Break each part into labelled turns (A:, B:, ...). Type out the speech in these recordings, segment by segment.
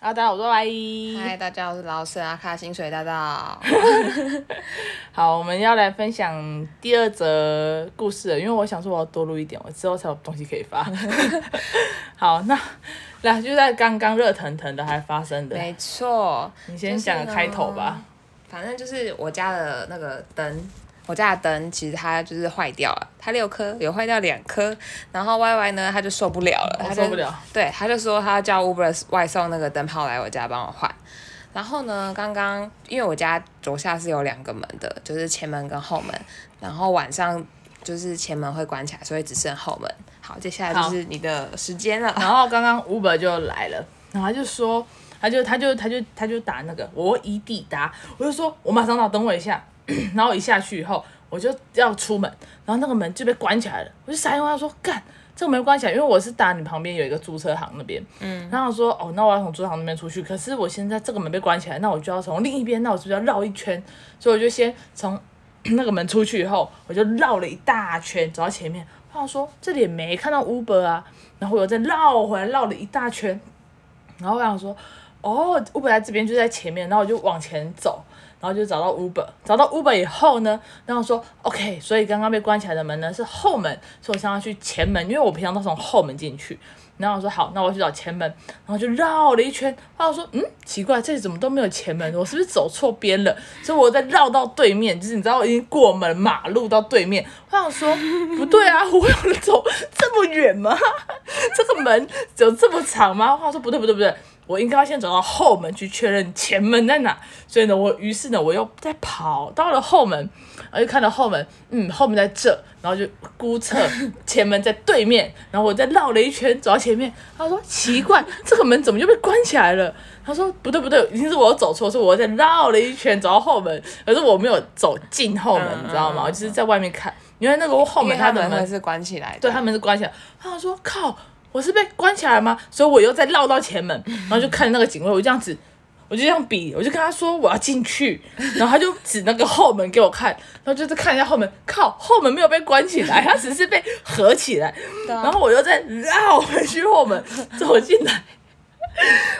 A: 啊，大家好，我是 Y。
B: 嗨，大家好，我是老师阿卡薪水 大道。
A: 好，我们要来分享第二则故事了，因为我想说我要多录一点，我之后才有东西可以 发。好，那那就在刚刚热腾腾的还发生的，
B: 没错，
A: 你先讲开头吧。
B: 反正就是我家的那个灯，我家的灯其实它就是坏掉了，它六颗有坏掉两颗，然后 Y Y 呢他就受不了了，
A: 我
B: 他
A: 哦受
B: 就
A: 不了，
B: 对，他就说他叫 Uber 外送那个灯泡来我家帮我换。然后呢，刚刚因为我家楼下是有两个门的，就是前门跟后门，然后晚上就是前门会关起来，所以只剩后门。好，接下来
A: 好
B: 就是你的时间了。
A: 然后刚刚 Uber 就来了，然后他就说，他就他就他就他就打那个我已抵达，我就说我马上到，等我一下。然后我一下去以后，我就要出门，然后那个门就被关起来了，我就傻眼，我想说干。这个门关起来，因为我是打你旁边有一个租车行那边，嗯，然后我说哦，那我要从租车行那边出去，可是我现在这个门被关起来，那我就要从另一边，那我是不是要绕一圈？所以我就先从 那个门出去以后，我就绕了一大圈，走到前面，我想说这里也没看到 Uber 啊，然后我又再绕回来，绕了一大圈，然后我想说，哦，Uber 在这边就在前面，然后我就往前走，然后就找到 Uber，找到 Uber 以后呢，然后说 OK，所以刚刚被关起来的门呢是后门，所以我想要去前门，因为我平常都从后门进去。然后我说好，那我去找前门，然后就绕了一圈。然后我说嗯，奇怪，这里怎么都没有前门？我是不是走错边了？所以我再绕到对面，就是你知道我已经过门马路到对面。我想说不对啊，我有走这么远吗？ 这个门有这么长吗？话说不对不对不对，我应该要先走到后门去确认前门在哪。所以呢，我于是呢，我又再跑到了后门，然后就看到后门，嗯，后门在这，然后就估测前门在对面，然后我再绕了一圈走到前面。他说奇怪，这个门怎么就被关起来了？他说不对不对，一定是我走错，所以我再绕了一圈走到后门，可是我没有走进后门，你知道吗？我就是在外面看，因为那个后
B: 因为
A: 门
B: 他
A: 的
B: 们
A: 门
B: 会是关起来的，
A: 对他们是关起来。然后我说靠，我是被关起来吗？所以我又再绕到前门，然后就看那个警卫，我就这样子，我就这样比，我就跟他说我要进去，然后他就指那个后门给我看，然后就是看一下后门，靠，后门没有被关起来，他只是被合起来。
B: 对啊
A: 然后我又再绕回去后门走进来，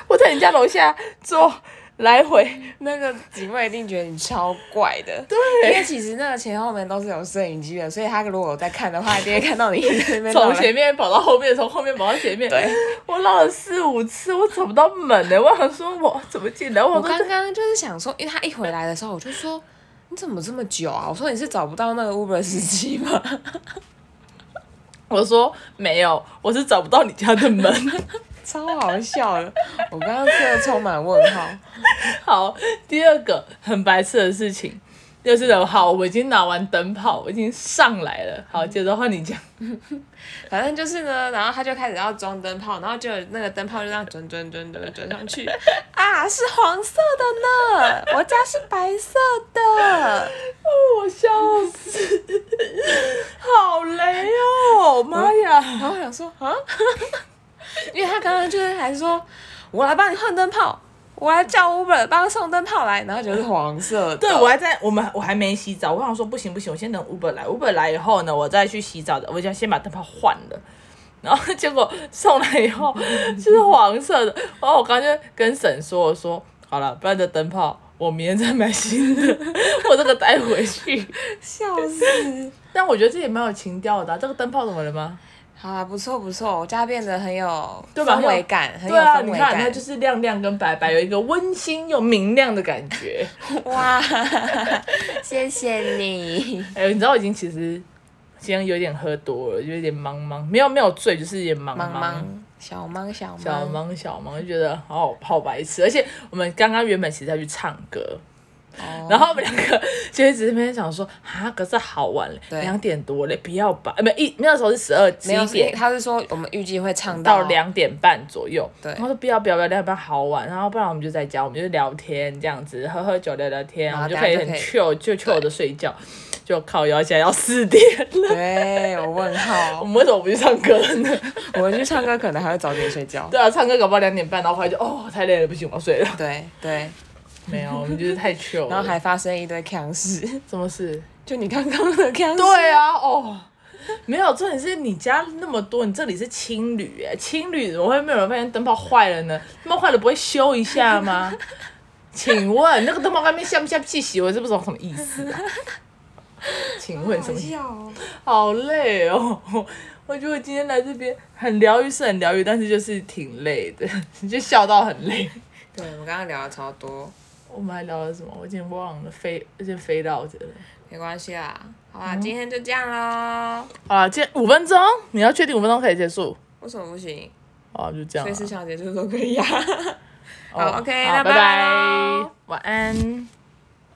A: 我在你家楼下走来回。
B: 那个警卫一定觉得你超怪的，对，因为其实那个前后门都是有摄影机的，所以他如果有在看的话，一定会看到你在那边绕
A: 从
B: 来
A: 前面跑到后面，从后面跑到前面，
B: 对，
A: 我绕了四五次，我找不到门呢、我想说我怎么进来？我
B: 我
A: 想说
B: 刚刚就是想说，因为他一回来的时候，我就说你怎么这么久啊？我说你是找不到那个 Uber 司机吗？
A: 我说没有，我是找不到你家的门。
B: 超好笑的，我刚刚真的充满问号。
A: 好，第二个很白痴的事情就是呢，好，我已经拿完灯泡，我已经上来了。好，接着换你讲。
B: 反正就是呢，然后他就开始要装灯泡，然后就那个灯泡就这样转转转转转上去，啊，是黄色的呢，我家是白色的。
A: 我笑死， 好雷哦，妈呀！
B: 然后我想说啊， 因为他刚刚就是还说，我来帮你换灯泡，我来叫 Uber 帮他送灯泡来，然 后就是黄色的。
A: 对，我还在我们我还没洗澡，我想说不行不行，我先等 Uber 来，Uber 来以后呢，我再去洗澡的，我就先把灯泡换了。 然后结果送来以后就是黄色的，然后我刚刚就跟沈说，我说好了，不然这灯泡我明天再买新的， 我这个带回去。
B: 笑死。
A: 但我觉得这也蛮有情调的啊、这个灯泡怎么了吗？
B: 好啊，不错不错，我家变得很有
A: 对吧
B: 氛围感，很有
A: 对啊，
B: 氛
A: 你
B: 围
A: 看它
B: 感，
A: 就是亮亮跟白白，有一个温馨又明亮的感觉。
B: 哇， 谢谢 你。
A: 哎、你知道我已经其实今天有点喝多了，就有点茫茫，没有没有醉，就是有点茫
B: 茫茫，嗯小茫小茫，
A: 小茫小茫，就觉得好好白痴。而且我们刚刚原本其实要去唱歌，
B: 哦
A: 然后我们两个就一直在那边想说，啊，可是好晚嘞，
B: 对
A: 两点多嘞，不要吧？呃，没一那时候是十二十
B: 没有
A: 一
B: 是
A: 点。
B: 他是说我们预计会唱
A: 到两点半左右，
B: 对
A: 然后说不要不要不要，两点半好晚，然后不然我们就在家，我们就聊天这样子，喝喝酒聊聊天，我
B: 然后
A: 们就
B: 大
A: 可
B: 家
A: 以
B: 就
A: 很
B: 可以
A: chill 就 chill 的睡觉，就靠摇起来要四点了，
B: 对，我问
A: 我
B: 号，
A: 们为什么不去唱歌呢？
B: 我们去唱歌可能还会早点睡觉。
A: 对啊，唱歌搞不好两点半，然后回来就哦太累了，不行，我要睡了。
B: 对对，
A: 没有，我们就是太 chill 了。
B: 然后还发生一堆腔事，
A: 什么事？
B: 就你刚刚的腔事。
A: 对啊，哦， 没有，重点是你家那么多，你这里是青旅哎，青旅怎么会没有人发现灯泡坏了呢？灯泡坏了不会修一下吗？ 请问那个灯泡外面下不下气息？我是不知道什么意思 啊？请问什么意思？
C: 笑哦，
A: 好累哦。 我觉得我今天来这边很疗愈，是很疗愈，但是就是挺累的， 就笑到很累。
B: 对，我们刚刚聊了超多，
A: 我们还聊了什么？我已经忘了，飞，已经飞到这了。
B: 没关系啦，好
A: 嗯
B: 啦，今天就这样喽。
A: 好啦，今天五分钟，你要确定五分钟可以结束。
B: 为什么不行？
A: 哦，就这样
B: 随时
A: 了。
B: 啊想结束都可以呀、
A: 哦
B: 好，OK，
A: 好
B: 那
A: 拜
B: 拜拜咯
A: 晚安。